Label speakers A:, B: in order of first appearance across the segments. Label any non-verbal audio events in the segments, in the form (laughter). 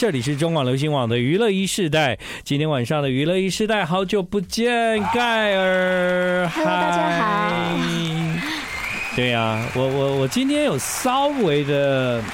A: 这里是中广流行网的娱乐一世代，今天晚上的娱乐一世代，好久不见，盖尔。
B: Hello，大家好
A: 嗨。对呀、我我我今天有稍微的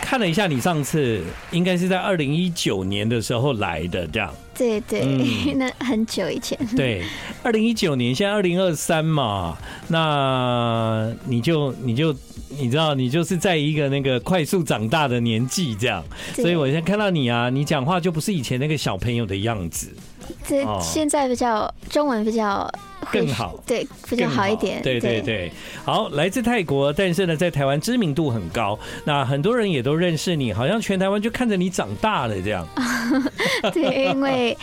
A: 看了一下，你上次应该是在二零一九年的时候来的，这样。
B: 对对，
A: 嗯
B: (laughs) 那很久以
A: (laughs)
B: 前。
A: 对，二零一九年，现在二零二三嘛，那你就你就你知道，你就是在一个那个快速长大的年纪这样，
B: 对
A: 所以我现在看到你啊，你讲话就不是以前那个小朋友的样子，
B: 这
A: 哦
B: 现在比较中文比较会
A: 更好
B: 对，比较
A: 更
B: 好一点。
A: 对对对，好，来自泰国，但是呢，在台湾知名度很高，那很多人也都认识你，好像全台湾就看着你长大了这样。
B: 啊对对，因
A: (laughs)
B: 为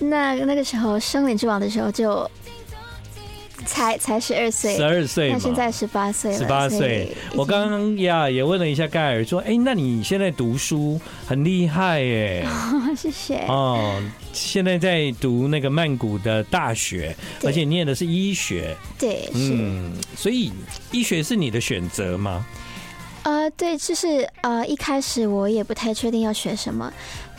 B: 那那个时候《生命之王》的时候就才才十二岁
A: 十，二岁
B: 那
A: 嘛，
B: 现在十八岁了。
A: 十八
B: 所
A: 岁
B: 以，
A: 我刚刚呀也问了一下盖尔，说：“哎、那你现在读书很厉害
B: (laughs)
A: 耶、
B: 已经谢谢。
A: 哦，现在在读那个曼谷的大学，
B: 对
A: 而且念的是医学，
B: 对，是。
A: 嗯，所以医学是你的选择吗？
B: 呃，对，就是呃，一开始我也不太确定要学什么，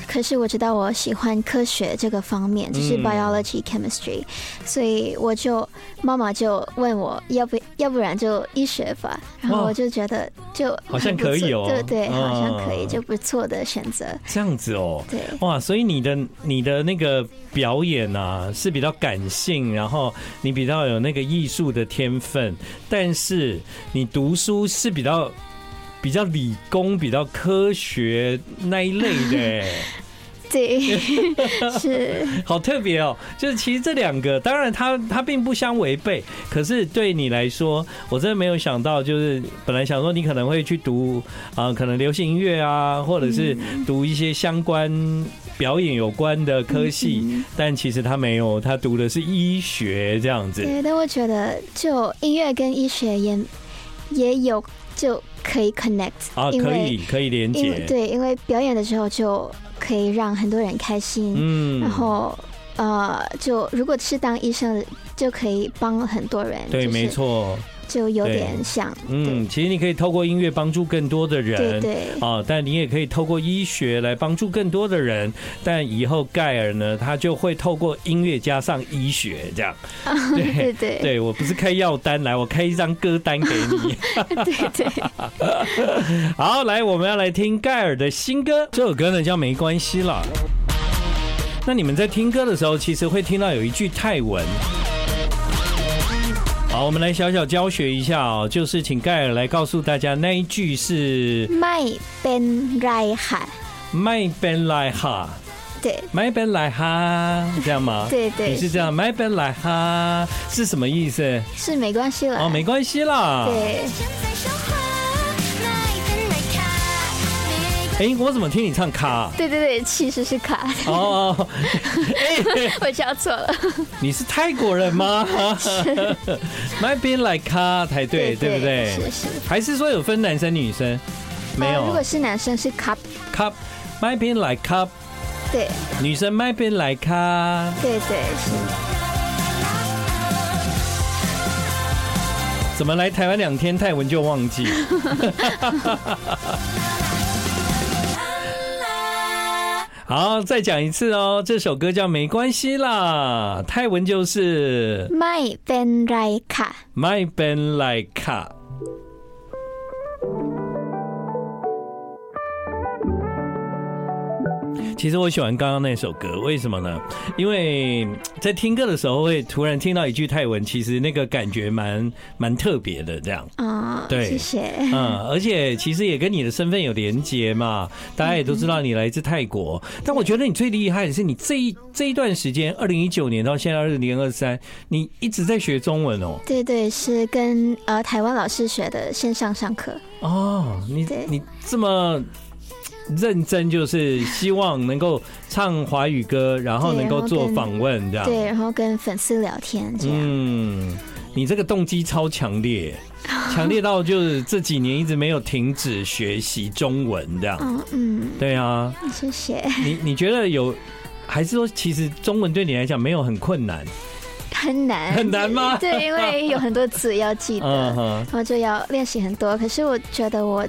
B: 可是我知道我喜欢科学这个方面，就是
A: 嗯
B: biology、chemistry，所以我就妈妈就问我要不要不然就医学吧，然后
A: 哇
B: 我就觉得就
A: 好
B: 很
A: 像
B: 不
A: 可以
B: 错
A: 哦
B: 对对，好像可以，
A: 嗯
B: 就不错的选择，
A: 这样子哦，
B: 对。
A: 哇，所以你的你的那个表演啊是比较感性，然后你比较有那个艺术的天分，但是你读书是比较比较理工、比较科学那一类的欸，
B: 对， (laughs)
A: (laughs)
B: 是，
A: 好特别哦。就是其实这两个，当然它它并不相违背，可是对你来说，我真的没有想到，就是本来想说你可能会去读啊、呃可能流行音乐啊，或者是
B: 嗯
A: 读一些相关表演有关的科系。
B: 嗯
A: 但其实他没有，他读的是医学这样子。
B: 对，但我觉得就音乐跟医学也也有就可以 connect，
A: 啊，
B: 因
A: 可
B: 为
A: 以可以连
B: 因为
A: 接，
B: 对，因为表演的时候就可以让很多人开心，
A: 嗯
B: 然后呃，就如果是当医生的，就可以帮很多人，
A: 对，
B: 就是
A: 没，错，
B: 就有
A: 对
B: 点像，
A: 嗯，其实你可以透过音乐帮助更多的
B: 对
A: 人。
B: 对 (laughs)
A: 哦，但你也可以透过医学来帮助更多的人。但以后盖尔呢，他就会透过音乐加上医学这样。对
B: 对对对
A: 对我不是开药单来，我开一张歌单给你。
B: 对对，
A: 好，来，我们要来听盖尔的新歌，这首歌呢叫《没关系啦》。那你们在听歌的时候，其实会听到有一句泰文。好，我们来小小教学一下哦，就是请盖尔来告诉大家那一句是
B: 麦边来海，
A: “麦本来哈，
B: 对
A: 麦本来哈”，这样吗？
B: 对
A: 你
B: 对，
A: 是这样，“麦本来哈”是什么意思？
B: 是没关系了，
A: 哦，啊没关系啦。
B: 对，
A: 哎、我怎么听你唱卡、
B: (laughs)
A: 啊？
B: 对对对，其实是卡，
A: (laughs) 哦，哦哎、
B: 我叫错了，
A: 你是泰国人吗？My b e n like car 才对，对不对？
B: 是是。
A: 还是说有分男生女生？没
B: 呃如
A: 有
B: 果是男生是卡，
A: ，cup my b e n like cup，
B: 对
A: 女生 my b e n like car。
B: 对对是。
A: 怎么来台湾两天泰文就忘记？好，再讲一次哦，这首歌叫《没关系啦》，泰文就是
B: ไม่เป็นไรค่ะ
A: My Ben Like Car。其实我喜欢刚刚那首歌，为什么呢？因为嗯在听歌的时候会突然听到一句泰文，其实那个感觉蛮蛮特别的，这样。
B: 啊、
A: 对
B: 谢谢。
A: 嗯，而且其实也跟你的身份有连结嘛，大家也都知道你来自泰国。但我觉得你最厉害的是，你这一这一段时间，二零一九年到现在二零二三，你一直在学中文哦。
B: 对对，是跟呃台湾老师学的线上上课。
A: 哦，你
B: 对
A: 你这么认真，就是希望能够唱华语歌，然后
B: 对
A: 能
B: 然
A: 够
B: 后
A: 做
B: 跟
A: 访问，这样。
B: 对，然啊后跟粉丝聊天这样。
A: 嗯，你这个动机超强烈，强烈到就是这几年一直没有停止学习中文这样。
B: (laughs) 嗯嗯，
A: 对啊，
B: 谢谢， (laughs)
A: 你你觉得有，还是说其实中文对你来讲没有很困难？
B: 很难
A: 很难吗
B: 哎对，因为有很多字要记得，
A: 嗯哼，
B: 然后就要练习很多。可是我觉得我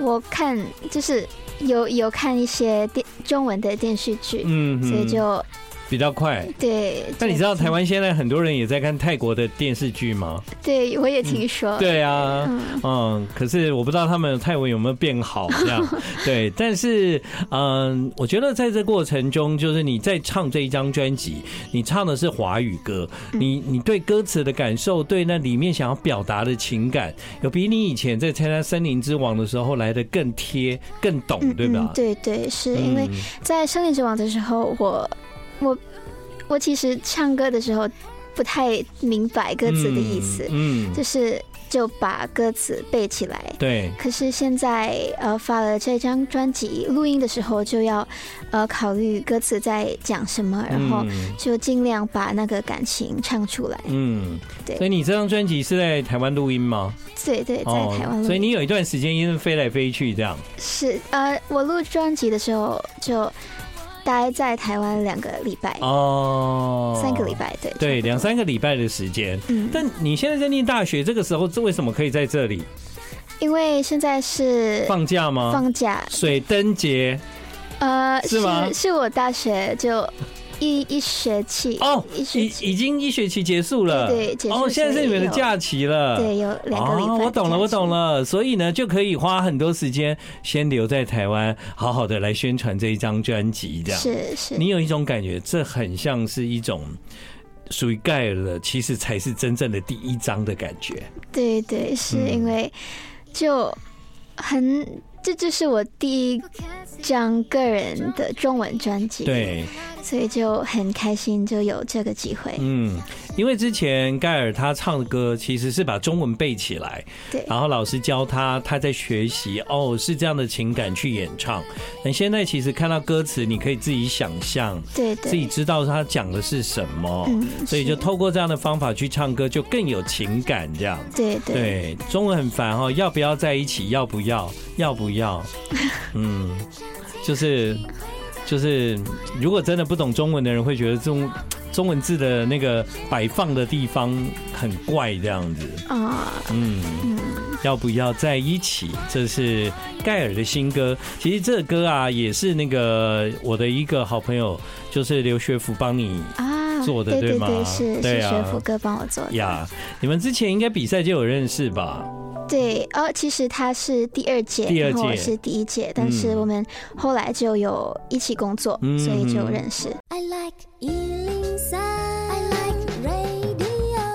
B: 我看就是有有看一些电中文的电视剧，
A: 嗯，
B: 所以就
A: 比较快。
B: 对。
A: 那你知道
B: 就
A: 台湾现在很多人也在看泰国的电视剧吗？
B: 对我也听说，
A: 嗯对啊，
B: 嗯，
A: 嗯，可是我不知道他们的泰文有没有变好，这
B: (laughs)
A: 样对。但是，嗯，我觉得在这过程中，就是你在唱这一张专辑，你唱的是华语歌，
B: 嗯
A: 你你对歌词的感受，对那里面想要表达的情感，有比你以前在参加《森林之王》的时候来的更贴、更懂，
B: 嗯
A: 对吧
B: 嗯？对对，是因为
A: 嗯
B: 在《森林之王》的时候，我我我其实唱歌的时候不太明白歌词的意思，
A: 嗯，
B: 就
A: 嗯
B: 是就把歌词背起来。
A: 对，
B: 可是现在呃发了这张专辑，录音的时候就要呃考虑歌词在讲什么，然后
A: 嗯
B: 就尽量把那个感情唱出来。
A: 嗯，
B: 对
A: 所以你这张专辑是在台湾录音吗？
B: 对对，在台湾录
A: 哦
B: 音、
A: 所以你有一段时间一直飞来飞去这样。
B: 是呃，我录专辑的时候就待在台湾两个礼拜，
A: 哦，
B: 三个礼。拜，对
A: 对，两
B: 差
A: 三个礼拜的时间。
B: 不多嗯，
A: 但你现在在念大学，这个时候这为什么可以在这里
B: 因为现在是
A: 放假吗？
B: 呃放假，
A: 水灯节
B: 呃，
A: 是吗
B: 是我大学就一一学期
A: 哦
B: 一学
A: 已
B: 期
A: 已经一学期结束了，
B: 对对结束
A: 哦，现在是你们的
B: 所以有
A: 假期了，
B: 对有两个礼拜、
A: 哦，我懂了，我懂。了。所以呢，就可以花很多时间先留在台湾，好好的来宣传这一张专辑，这样。
B: 是是，
A: 你有一种感觉，这很像是一种属于盖尔的，其实才是真正的第一章的感觉。
B: 对对，是
A: 嗯
B: 因为就很，这就是我第一张个人的中文专辑，，
A: 对，
B: 所以就很开心，就有这个机会，
A: 嗯，因为之前盖尔他唱的歌其实是把中文背起来，
B: 对
A: 然后老师教他，他在学习哦，是这样的情感去演唱。那现在其实看到歌词，你可以自己想象，
B: 对
A: 自己
B: 对，
A: 知道他讲的是什么，
B: 嗯，
A: 所以就是透过这样的方法去唱歌，就更有情感这样。
B: 对对
A: 对，中文很烦哦，要不要在一起？要不要？要不要？嗯，就是就是，如果真的不懂中文的人，会觉得中中文字的那个摆放的地方很怪这样子。
B: 啊、
A: 嗯，要不要在一起？这是盖尔的新歌。其实这个歌啊，也是那个我的一个好朋友，就是刘学福帮你
B: 啊，
A: 做的
B: 对
A: 对
B: 对
A: 吗
B: 是
A: 对
B: 是
A: 啊
B: 学府哥帮我做的，
A: 呀。你们之前应该比赛就有认识吧？
B: 对，呃，其实他是第二届，
A: 第二
B: 然后我
A: 届
B: 是第一届，但是
A: 嗯
B: 我们后来就有一起工作，
A: 嗯
B: 所以就认识。
C: I like Ealing Sound. I like radio.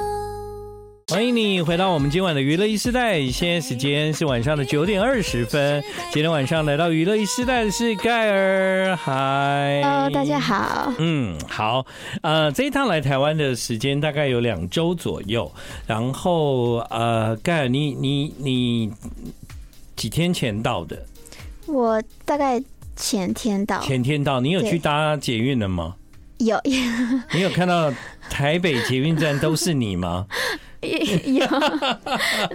A: 欢迎你回到我们今晚的娱乐一时代，现在时间是晚上的九点二十分。今天晚上来到娱乐一时代的是盖尔，嗨
B: Hello，大
A: 哎
B: 呃家。好。
A: 嗯，好，呃，这一趟来台湾的时间大概有两周左右，然后呃，盖尔，你你你几天前到的？
B: 我大概前天到，
A: 前天到，你有
B: 对
A: 去搭捷运了吗？
B: 有
A: (laughs) 你有看到台北捷运站都是你吗？
B: 有，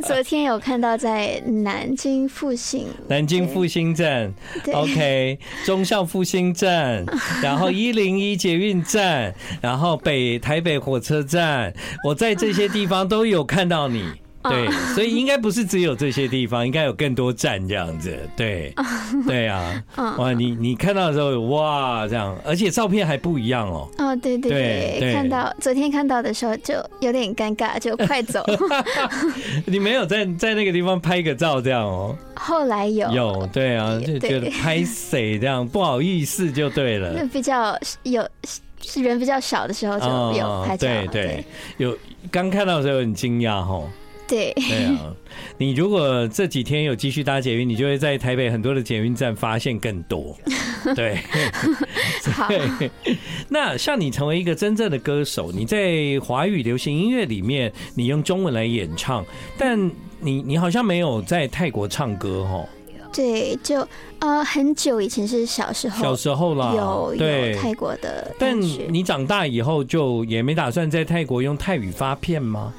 B: 昨天有看到在南京复兴，
A: 南京复兴站，
B: 对
A: OK，中校复兴
B: (laughs)
A: 站，然后一零一捷运站，然后北台北火车站，我在这些地方都有看到
B: (laughs)
A: 你。
B: 哦
A: 对，所以应该不是只有这些地方，应该有更多站这样子。对，对
B: (laughs)
A: 啊，
B: 哦
A: 哇，你你看到的时候，哇，这样，而且照片还不一样哦。
B: 哦，对对
A: 对对
B: 看到昨天看到的时候就有点尴尬，就快
A: (laughs)
B: 走。
A: 你没有在在那个地方拍个照这样哦？
B: 后来有
A: 有，对啊，就
B: 对
A: 觉得拍谁这样不好意思就对了。
B: 那比较有是人比较少的时候就有
A: 哦
B: 拍照，
A: 对对，有刚看到的时候很惊讶
B: (laughs)
A: 吼。
B: 对对
A: 对啊，你如果这几天有继续搭捷运，你就会在台北很多的捷运站发现更
B: (laughs)
A: 多。对， (laughs)
B: 好，
A: 对那像你成为一个真正的歌手，你在华语流行音乐里面，你用中文来演唱，但你你好像没有在泰国唱歌吼，
B: 对，就呃很久以前是小时候
A: 小时候啦，
B: 哦有
A: 对
B: 有。泰国的
A: 但
B: 歌曲
A: 你长大以后就也没打算在泰国用泰语发片吗？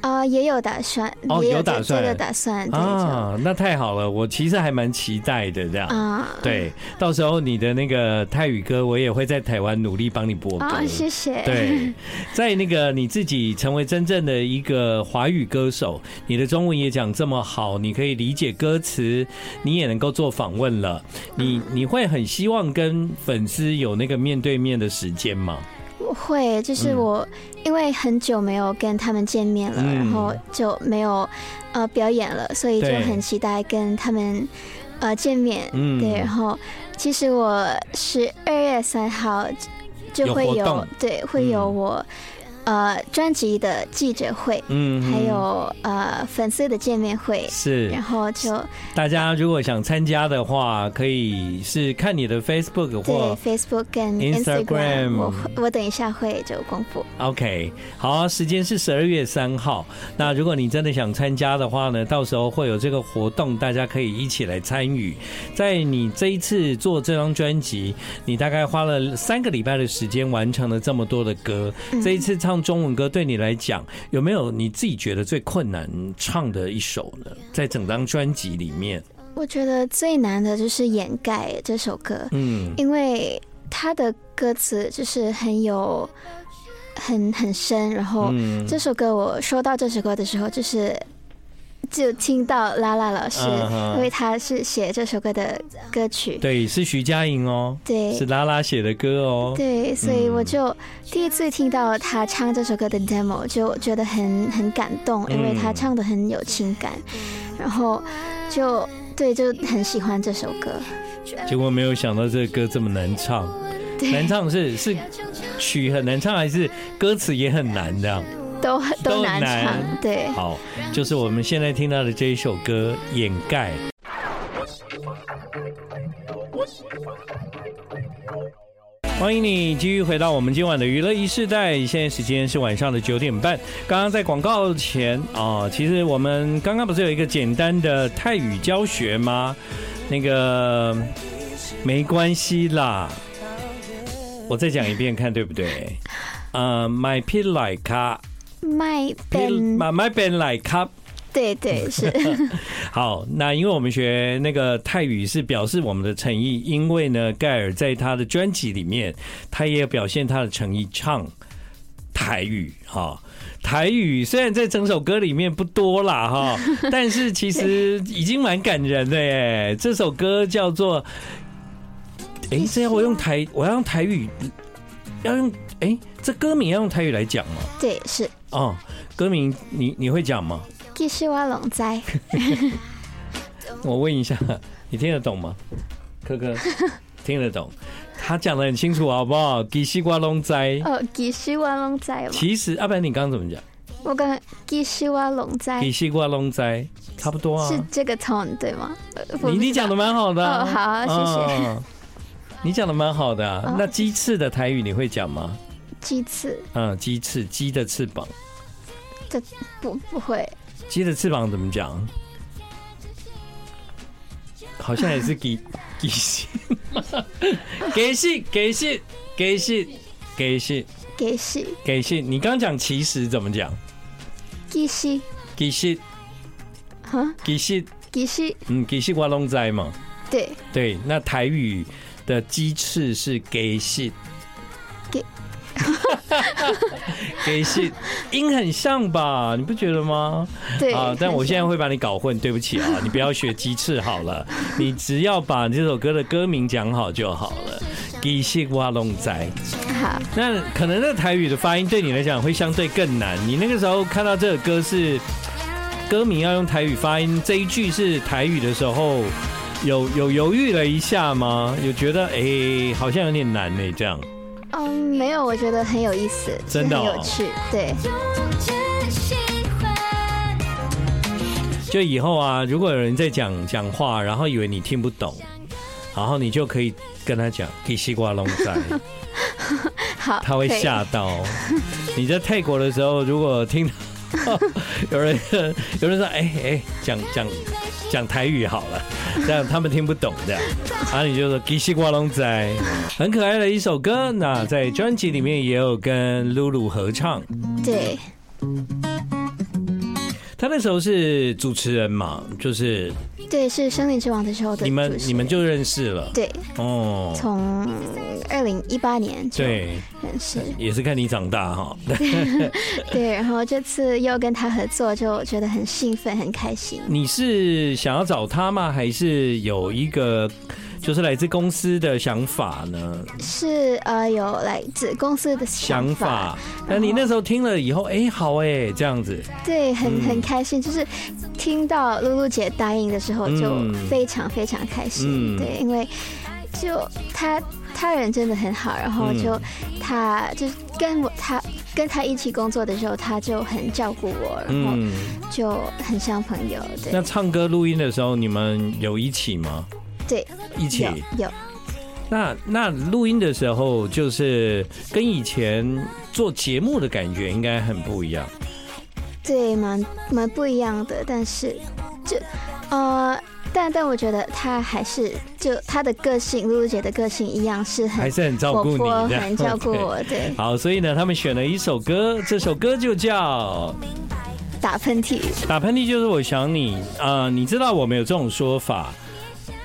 B: 呃，也有打算，
A: 哦
B: 也
A: 有打
B: 这
A: 算
B: 这个打算，对，就
A: 啊，那太好了，我其实还蛮期待的这样。
B: 啊，
A: 对，到时候你的那个泰语歌，我也会在台湾努力帮你播歌。
B: 啊，谢谢，
A: 对，在那个你自己成为真正的一个华语歌手，你的中文也讲这么好，你可以理解歌词，你也能够做访问了。
B: 嗯
A: 你你会很希望跟粉丝有那个面对面的时间吗？
B: 我会，就是
A: 嗯
B: 我、因为很久没有跟他们见面了，
A: 嗯
B: 然后就没有呃表演了，所以就
A: 对
B: 很期待跟他们呃见面。
A: 嗯
B: 对，然后其实我十二月三号就就会
A: 有活
B: 有
A: 动
B: 对会有我、呃专辑的记者会，
A: 嗯
B: 还有呃粉丝的见面会，
A: 是
B: 然后就
A: 大家如果想参加的话，可以是看你的 Facebook
B: 对
A: 或
B: Facebook 跟
A: Instagram
B: 我会我等一下会就公布。
A: OK，好啊、时间是十二月三号。那如果你真的想参加的话呢，到时候会有这个活动，大家可以一起来参与。在你这一次做这张专辑，你大概花了三个礼拜的时间完成了这么多的歌。
B: 嗯
A: 这一次唱中文歌对你来讲，有没有你自己觉得最困难唱的一首呢？在整张专辑里面，
B: 我觉得最难的就是《掩盖》这首歌，
A: 嗯，
B: 因为它的歌词就是很有很很深，然后
A: 嗯
B: 这首歌我收到这首歌的时候，就是就听到拉拉老师
A: 嗯哼
B: 因为他是写这首歌的歌曲，
A: 对，是徐佳莹哦，是
B: 对
A: 拉拉写的嗯歌哦。
B: 对，所以我就第一次听到他唱这首歌的 demo，就觉得很很感动，因为他
A: 嗯
B: 唱的很有情感，然后就对就很喜欢这首歌，
A: 结果没有想到这个歌这么难唱。
B: 对
A: 难唱是是曲很难唱，还是歌词也很难这样？
B: 都
A: 都
B: 都难
A: 难
B: 唱，对。
A: 好，就是我们现在听到的这一首歌《掩盖》。欢迎你继续回到我们今晚的娱乐一世代，现在时间是晚上的九点半。刚刚在广告前啊、其实我们刚刚不是有一个简单的泰语教学吗？那个没关系啦，我再讲一遍看对不对？呃，my p i l i k a
B: 麦
A: p i
B: 本，
A: my my ben like cup。
B: 对对
A: (laughs)
B: 是，
A: 好，那因为我们学那个泰语是表示我们的诚意，因为呢，盖尔在他的专辑里面，他也表现他的诚意唱台语哈、台语虽然在整首歌里面不多啦哈、但是其实已经蛮感人的耶。这首歌叫做，哎、这要我用台，我要用台语，要用哎、这歌名要用台语来讲吗？
B: 对是。
A: 哦，歌名你你会讲吗？
B: 其实我拢知，
A: (laughs) 我问一下，你听得懂吗？科
B: (laughs)
A: 科听得懂，他讲的很清楚，好不好？给西瓜龙栽。
B: 哦，其实我拢知嘛。
A: 其实，要、不然你刚刚怎么讲？
B: 我刚刚其实我拢知
A: 给西瓜龙栽，差不多啊
B: 哎是。这个 tone 对吗？呃我
A: 你
B: 不
A: 你
B: 知道
A: 讲的蛮好的、
B: 哦好啊谢谢
A: 嗯你讲的蛮好的、啊
B: 哦。
A: 那鸡翅的台语你会讲吗？
B: 鸡翅
A: 嗯，鸡翅，鸡的翅膀，
B: 不不会，
A: 鸡的翅膀怎么讲？好像也是
B: (laughs)
A: 给给西， (laughs) 给西给西给西给西。
B: 其实
A: 给信，你刚刚讲其实怎么讲？
B: 其实
A: 其实，
B: 哈
A: 其实，
B: 其实
A: 嗯，其实我拢知嘛。
B: 对
A: 对，那台语的鸡翅是给信，
B: 给，
A: (laughs) 给信，音很像吧？你不觉得吗？
B: 对
A: 啊，但我现在
B: 会
A: 会把你搞混，对不起
B: (laughs)
A: 啊，你不要学鸡翅好了，你只要把这首歌的歌名讲好就好了。其实我拢知。
B: 好
A: 那可能那台语的发音对你来讲会相对更难。你那个时候看到这个歌是歌名要用台语发音，这一句是台语的时候，有有犹豫了一下吗？有觉得哎、好像有点难呢、这样
B: 嗯没有，我觉得很有意思，
A: 真的
B: 很
A: 哦
B: 有趣，对
A: 就以后啊，如果有人在讲讲话，然后以为你听不懂，然后你就可以跟他讲“给西瓜龙仔”，
B: 好
A: 他会
B: 可以
A: 吓到。你在泰国的时候，如果听到 (laughs) 有人有人说“哎、哎”，讲讲讲台语好了，这样他们听不懂这样，然后你就说“吉西瓜龙仔”，很可爱的一首歌。那在专辑里面也有跟露露合唱。
B: 对。
A: 他那时候是主持人嘛，就是
B: 对，是《森林之王》的时候的
A: 你们
B: 主持
A: 你们就认识了
B: 对，
A: 哦。
B: 从二零一八年就
A: 对，
B: 认识，
A: 也是看你长大哈。 (laughs)
B: 对，然后这次又跟他合作，就觉得很兴奋，很开心。
A: 你是想要找他吗？还是有一个就是来自公司的想法呢？
B: 是呃，有来自公司的
A: 想
B: 想法，
A: 法？那你那时候听了以后，哎、好哎、这样子，
B: 对，很
A: 嗯
B: 很开心，就是听到露露姐答应的时候，就
A: 嗯
B: 非常非常开心。
A: 嗯
B: 对，因为就她她人真的很好，然后
A: 嗯
B: 就她就是跟我她跟她一起工作的时候，她就很照顾我，然后
A: 嗯。
B: 就很像朋友。
A: 那
B: 对
A: 唱歌录音的时候，你们有一起吗？
B: 对，
A: 一起
B: 有。有
A: 那那录音的时候，就是跟以前做节目的感觉应该很不一样。
B: 对蛮蛮不一样的，但是就呃。但但我觉得她还是就她的个性，露露姐的个性一样是
A: 还
B: 很
A: 是很照
B: 活
A: 顾你，
B: 泼，
A: 这 (laughs) 样
B: 很照顾
A: 对
B: 我，对，
A: 好，所以呢，他们选了一首歌，这首歌就叫
B: 打喷嚏。
A: 《打喷嚏就是我想你》啊、你知道我们有这种说法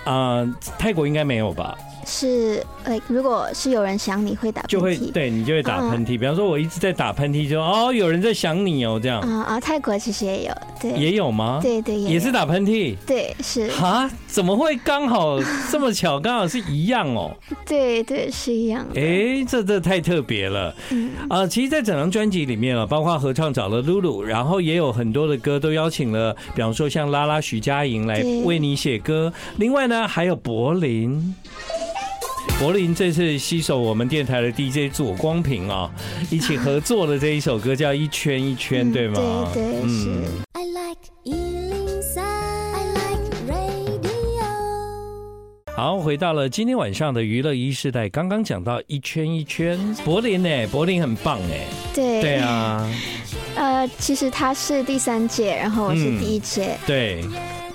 A: 啊、泰国应该没有吧？
B: 是呃，如果是有人想你会打
A: 就
B: 喷
A: 会
B: 嚏，
A: 对你就会打喷
B: 嗯
A: 嚏。比方说，我一直在打喷嚏，就哦，有人在想你哦，这样、
B: 啊啊，泰国其实也有，对，
A: 也有吗？
B: 嗯对对也
A: 也是
B: 有
A: 打喷嚏。
B: 对是，
A: 啊，怎么会刚好这么巧？刚好是一样哦。
B: (laughs) 对对是一样的，
A: 哎、这这太特别了
B: 嗯
A: 啊、其实，在整张专辑里面啊，包括合唱找了露露，然后也有很多的歌都邀请了，比方说像拉拉、徐佳莹来
B: 对
A: 为你写歌。另外呢，还有柏林。柏林这次携手我们电台的 DJ 左光平啊、一起合作的这一首歌叫《一圈一圈》，
B: 嗯
A: 对吗？嗯
B: 对对是
C: I like Ealing Sound. I like radio.
A: 好，回到了今天晚上的娱乐一世代，刚刚讲到一圈一圈，柏林呢、柏林很棒哎、
B: 对
A: 对，啊，
B: 呃，其实他是第三届，然后我是
A: 嗯
B: 第一届，
A: 对，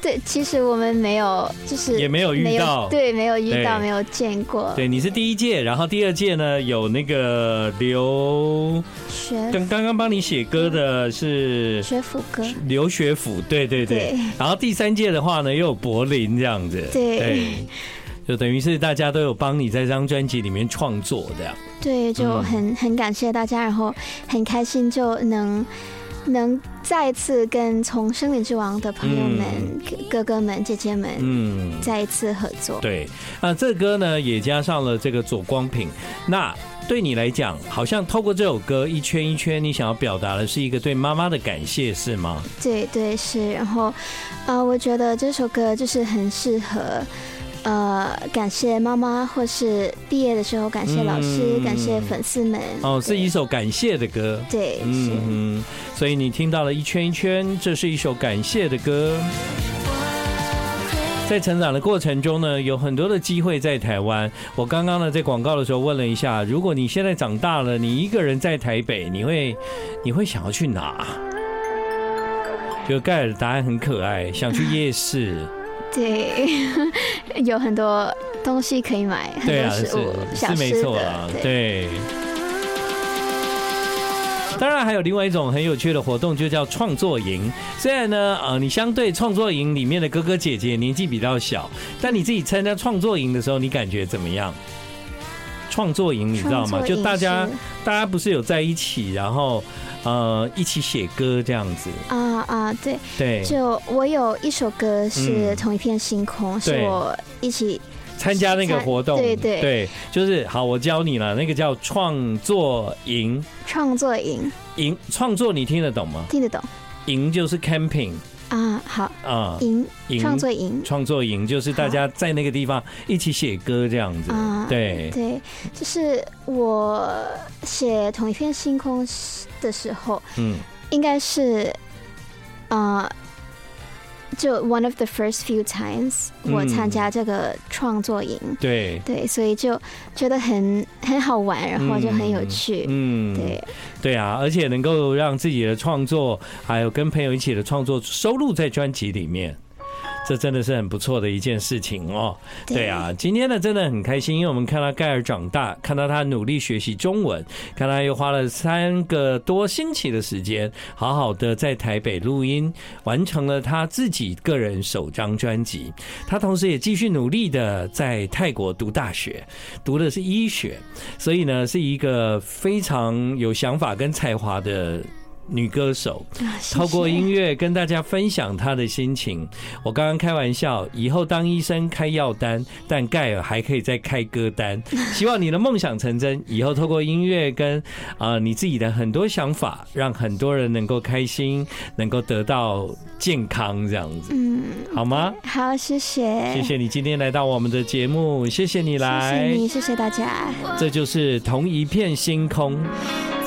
B: 对，其实我们没有就是
A: 也没有遇
B: 没
A: 到
B: 有对，没有遇到，
A: 对
B: 没有见过，
A: 对，你是第一届，然后第二届呢有那个刘，
B: 学
A: 跟刚刚帮你写歌的是
B: 学府歌，
A: 刘学府，对对对，
B: 对
A: 然后第三届的话呢又有柏林这样子，
B: 对
A: 就等于是大家都有帮你在这张专辑里面创作这样，
B: 对，就
A: 嗯
B: 很很感谢大家，然后很开心就能能再次跟从《森林之王》的朋友们、哥哥们、姐姐们
A: 嗯。
B: 再一次合作。
A: 对，啊，这歌呢也加上了这个左光平。那对你来讲，好像透过这首歌一圈一圈，你想要表达的是一个对妈妈的感谢，是吗？
B: 对对是，然后呃，我觉得这首歌就是很适合。呃，感谢妈妈，或是毕业的时候感谢老师，
A: 嗯
B: 感谢粉丝们。
A: 哦，是
B: 对
A: 一首感谢的歌。
B: 对，是、
A: 嗯哼，所以你听到了一圈一圈，这是一首感谢的歌。在成长的过程中呢，有很多的机会在台湾。我刚刚呢在广告的时候问了一下，如果你现在长大了，你一个人在台北，你会你会想要去哪？就盖尔的答案很可爱，想去夜市。
B: 对， (laughs) 有很多东西可以买，很
A: (laughs) 对
B: 多
A: 啊，是
B: 食物，小
A: 是没
B: 吃
A: 错
B: 的
A: 啊，，对。当然，还有另外一种很有趣的活动，就叫创作营。虽然呢，呃，你相对创作营里面的哥哥姐姐年纪比较小，但你自己参加创作营的时候，你感觉怎么样？创作营你知道吗？
B: 创作
A: 就大
B: 饮
A: 家
B: 食
A: 大家不是有在一起，然后呃一起写歌这样子，
B: 啊啊，对，
A: 对，
B: 就我有一首歌是
A: 嗯
B: 《同一片星空》，是
A: 对
B: 我一起
A: 参加那个
B: 参
A: 活动，
B: 对对
A: 就是好，我教你了，那个叫创作营。
B: 创作营，
A: 营创作你听得懂吗？
B: 听得懂
A: 营就是 camping
B: 啊？好，
A: 啊、
B: 营
A: 营
B: 创作营
A: 创作营就是大家在那个地方一起写歌这样子。
B: 啊，
A: 对，
B: 对，就是我写《同一片星空》的时候，
A: 嗯，
B: 应该是啊。就 one of the first few times
A: 嗯
B: 我参加这个创作营，
A: 对，
B: 对，所以就觉得很很好玩，然后就很有
A: 嗯
B: 趣，
A: 嗯，
B: 对，
A: 对啊，而且能够让自己的创作，还有跟朋友一起的创作收录在专辑里面，这真的是很不错的一件事情哦。
B: 对
A: 对啊，今天呢真的很开心，因为我们看到盖尔长大，看到他努力学习中文，看他又花了三个多星期的时间，好好的在台北录音，完成了他自己个人首张专辑。他同时也继续努力的在泰国读大学，读的是医学，所以呢是一个非常有想法跟才华的女歌手。
B: 啊谢谢
A: 透过音乐跟大家分享他的心情。我刚刚开玩笑，以后当医生开药单，但盖尔还可以再开歌
B: (laughs)
A: 单。希望你的梦想成真，以后透过音乐跟啊、呃你自己的很多想法，让很多人能够开心，能够得到健康，这样子
B: 嗯，
A: 好吗？
B: 好，谢谢，
A: 谢，谢你今天来到我们的节目，谢谢你
B: 谢谢
A: 来，
B: 你，谢谢大家。
A: 这就是同一片星空。
C: 爱